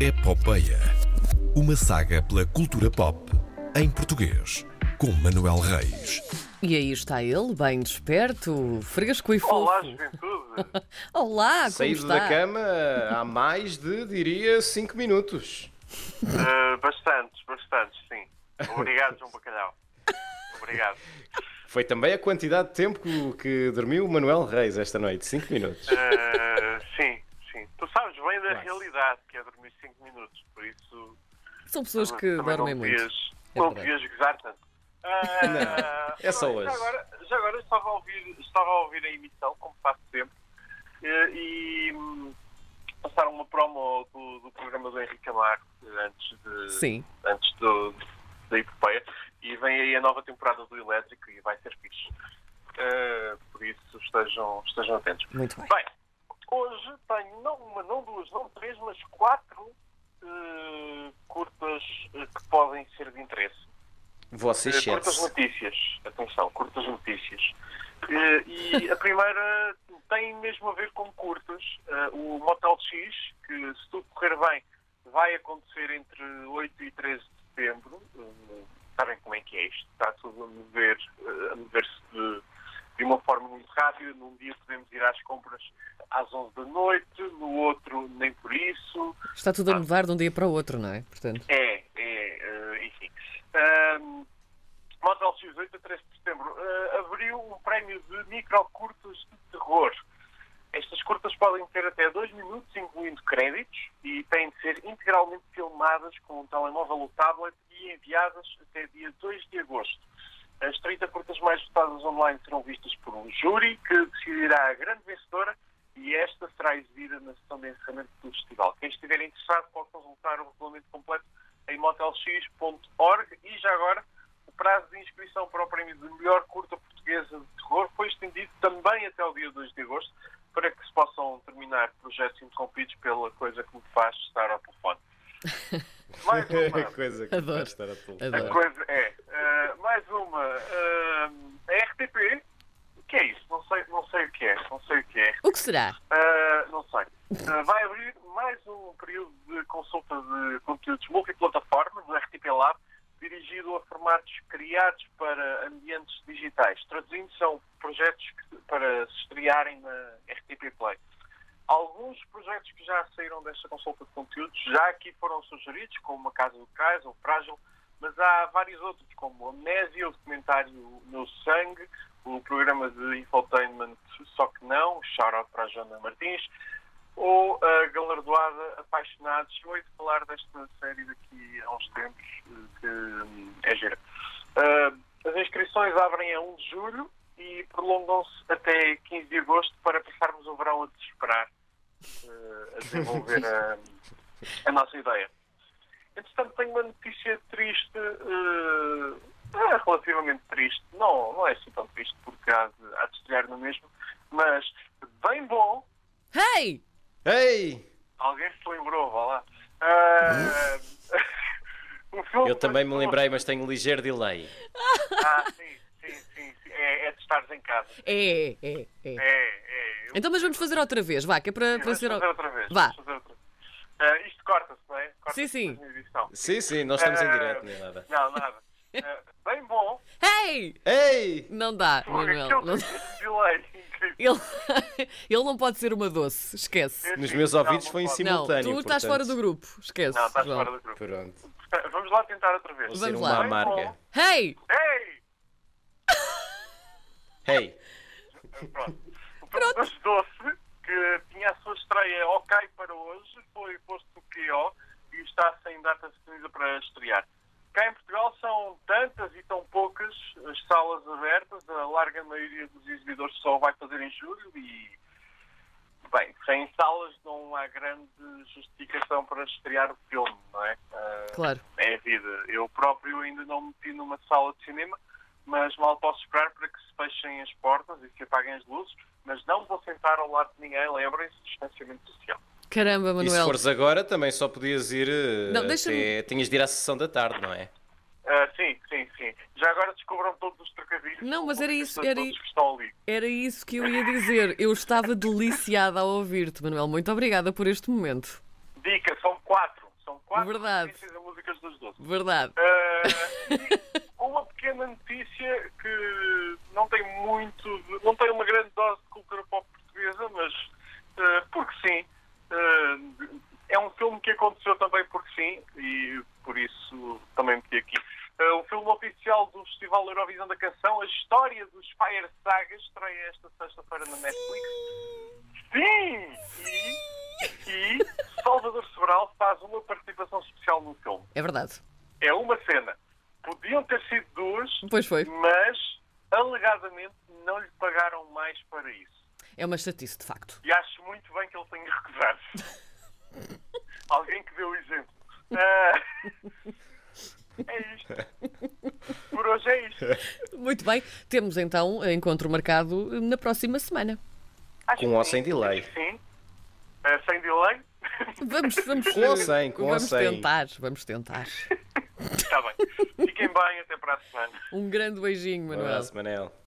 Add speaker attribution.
Speaker 1: Epopeia. É Uma saga pela cultura pop em português, com Manuel Reis.
Speaker 2: E aí está ele, bem desperto, fresco e fofo.
Speaker 3: Olá, juventude!
Speaker 2: Olá, como
Speaker 4: Saído
Speaker 2: está?
Speaker 4: da cama há mais de, diria, 5 minutos.
Speaker 3: Eh, bastantes, bastantes, sim. Obrigado, João Bacalhau. Obrigado.
Speaker 4: Foi também a quantidade de tempo que- que dormiu o Manuel Reis esta noite, 5 minutos.
Speaker 3: Eh, sim, sim. Tu sabes bem da realidade, que é dormir 5 minutos, por isso.
Speaker 2: São pessoas
Speaker 3: também-
Speaker 2: que
Speaker 3: também
Speaker 2: dormem
Speaker 3: não
Speaker 2: muito.
Speaker 3: Devias,
Speaker 2: É
Speaker 3: não
Speaker 2: verdade.
Speaker 3: devias gozar tanto. Eh,
Speaker 4: Não, é só
Speaker 3: já
Speaker 4: hoje.
Speaker 3: Agora, já agora eu estava a ouvir, estava a, ouvir a emissão, como faço sempre, eh, e hum, passaram uma promo do, do programa do Henrique Camargo eh, antes de.
Speaker 2: Sim.
Speaker 3: antes do, da epopeia. E vem aí a nova temporada do Elétrico e vai ser fixe. Eh, por isso estejam, estejam atentos.
Speaker 2: Muito bem.
Speaker 3: Bem, hoje tenho não uma, não duas, não três, mas quatro eh, curtas eh, que podem ser de interesse.
Speaker 4: Vocês
Speaker 3: Eh, curtas
Speaker 4: sete.
Speaker 3: notícias, atenção, curtas notícias. Eh, e a primeira tem mesmo a ver com curtas. Eh, o Motel X, que se tudo correr bem, vai acontecer entre 8 e 13 de setembro. Eh, sabem como é que é isto? Está tudo a mover, eh, a mover-se de, de uma forma muito rápida. Num dia podemos ir às compras às 11 da noite, no outro nem por isso.
Speaker 2: Está
Speaker 3: Ah.
Speaker 2: tudo a mudar de um dia para o outro, não é? Portanto,
Speaker 3: É, é, eh, enfim. Eh, Ahm, Motel X8 a 13 de setembro eh, abriu um prémio de microcurtas de terror. Estas curtas podem ter até 2 minutos, incluindo créditos, e têm de ser integralmente filmadas com um telemóvel ou tablet e enviadas até dia 2 de agosto. As 30 curtas mais votadas online serão vistas por um júri que decidirá a grande vencedora e esta será exibida na sessão de encerramento do festival. Quem estiver interessado pode consultar o regulamento completo em motelx.org e já agora o prazo de inscrição para o prémio de melhor curta portuguesa de terror foi estendido também até o dia 2 de agosto para que se possam terminar projetos interrompidos pela coisa que me faz estar ao telefone. Mais uma.
Speaker 4: coisa que
Speaker 2: Adoro.
Speaker 4: vai estar a pulo.
Speaker 3: A
Speaker 2: Adoro.
Speaker 3: coisa é. ah, mais uma. ah, a RTP. O que é isso? Não sei, não sei o que é. Não sei o que é.
Speaker 2: o que será?
Speaker 3: Ah, não sei. Ah, vai abrir mais um período de consulta de conteúdos multiplataforma no RTP Lab, dirigido a formatos criados para ambientes digitais. Traduzindo, são projetos que- para se estrearem na RTP Play. Alguns projetos que já saíram desta consulta de conteúdos já aqui foram sugeridos, como a Casa do Cais ou Frágil, mas há vários outros, como Amnésia, o documentário Meu Sangue, o um programa de infotainment Só Que Não, shout out para a Joana Martins, ou a galardoada Apaixonados. Eu hei de falar desta série daqui a uns tempos, eh, que hum, é gira. Ah, as inscrições abrem a 1 de julho e prolongam-se até 15 de agosto para passarmos o verão a desesperar, eh, a desenvolver a, a nossa ideia. Entretanto, tenho uma notícia triste, eh, é relativamente triste. Não, não é assim tão triste, porque há de, há de estrear no mesmo, mas bem bom.
Speaker 2: Hey!
Speaker 4: Ei!
Speaker 3: Alguém se lembrou, vá lá. Ah, um filme
Speaker 4: Eu também me lembrei, mas tenho um ligeiro delay.
Speaker 3: Ah, sim, sim, sim. sim. É, é de estares em casa.
Speaker 2: É, é, é.
Speaker 3: É, é. Eu-
Speaker 2: Então, mas vamos fazer outra vez, vá, que é para, para
Speaker 3: Vamos
Speaker 2: ser.
Speaker 3: fazer outra vez.
Speaker 2: Vá.
Speaker 3: vamos fazer outra vez. Ah, isto corta-se, não é? Corta
Speaker 2: Sim, sim.
Speaker 3: Edição.
Speaker 4: Sim, sim, nós estamos em
Speaker 3: Ah,
Speaker 4: direto, nem nada.
Speaker 3: Não, nada. Ah, bem bom.
Speaker 2: Hey!
Speaker 4: Ei!
Speaker 2: Não dá,
Speaker 3: Porque é
Speaker 2: Manuel.
Speaker 3: aquele
Speaker 2: não-
Speaker 3: delay incrível.
Speaker 2: Ele... ele não pode ser uma doce, esquece.
Speaker 4: Nos meus ouvidos foi em
Speaker 3: pode.
Speaker 2: Não, tu
Speaker 4: É simultâneo.
Speaker 2: estás
Speaker 4: portanto,
Speaker 2: fora do grupo, esquece.
Speaker 3: Não, estás
Speaker 2: João.
Speaker 3: fora do grupo.
Speaker 4: Pronto.
Speaker 3: Vamos lá tentar outra vez.
Speaker 4: Vou ser um
Speaker 2: Vamos
Speaker 4: uma
Speaker 2: lá.
Speaker 4: amarga.
Speaker 2: Hey!
Speaker 3: Ei!
Speaker 4: Ei!
Speaker 3: Pronto. O Pronto. Doce, que tinha a sua estreia ok para hoje, foi posto no QO e está sem data definida para estrear. Cá em Portugal são tantas e tão poucas as salas abertas, a larga maioria dos exibidores só vai fazer em julho e. Bem, sem salas não há grande justificação para estrear o filme, não é? Ah,
Speaker 2: Claro.
Speaker 3: é a vida. Eu próprio ainda não me meti numa sala de cinema, mas mal posso esperar para que se fechem as portas e se apaguem as luzes, mas não vou sentar ao lado de ninguém, lembrem-se, distanciamento social.
Speaker 2: Caramba,
Speaker 4: E se
Speaker 2: Manuel.
Speaker 4: fores agora, também só podias ir. eh,
Speaker 2: Não, deixa-me-
Speaker 4: até- Tinhas de ir à sessão da tarde, não é?
Speaker 3: Ah, sim, sim, sim. Já agora descobram todos os trocadilhos.
Speaker 2: Não, mas era isso,
Speaker 3: Todos
Speaker 2: era-
Speaker 3: que estão ali.
Speaker 2: Era isso que eu ia dizer. Eu estava deliciada a ouvir-te, Manuel. Muito obrigada por este momento.
Speaker 3: Dica, são quatro. São quatro
Speaker 2: Verdade.
Speaker 3: notícias em músicas dos 12.
Speaker 2: Verdade.
Speaker 3: Eh, e uma pequena notícia que não tem muito, de- não tem uma grande dose de cultura pop portuguesa, mas eh, porque sim. Eh, é um filme que aconteceu também porque sim, e por isso também meti aqui. Eh, o filme oficial do Festival Eurovisão da Canção, a história dos Fire Sagas, estreia esta sexta-feira na Netflix. Sim! E, e Salvador Sobral faz uma participação especial no filme
Speaker 2: É verdade.
Speaker 3: é uma cena. Podiam ter sido duas,
Speaker 2: Pois foi.
Speaker 3: mas alegadamente não lhe pagaram mais para isso.
Speaker 2: É uma chatice, de facto.
Speaker 3: E acho muito bem que ele tenha recusado. Alguém que deu o exemplo. Ah, é isto. Por hoje é isto.
Speaker 2: Muito bem, temos então encontro marcado na próxima semana.
Speaker 3: Acho
Speaker 4: Com
Speaker 3: que
Speaker 4: ou
Speaker 3: sim.
Speaker 4: sem delay.
Speaker 3: Acho que Sim. Ah, sem delay?
Speaker 2: Vamos, vamos,
Speaker 4: Com ou sem, com ou
Speaker 2: vamos
Speaker 4: sem.
Speaker 2: tentar, vamos tentar.
Speaker 3: Está Tá bem. Fiquem bem, até para a semana.
Speaker 2: Um grande beijinho,
Speaker 4: Um
Speaker 2: Manuel.
Speaker 4: abraço, Manel.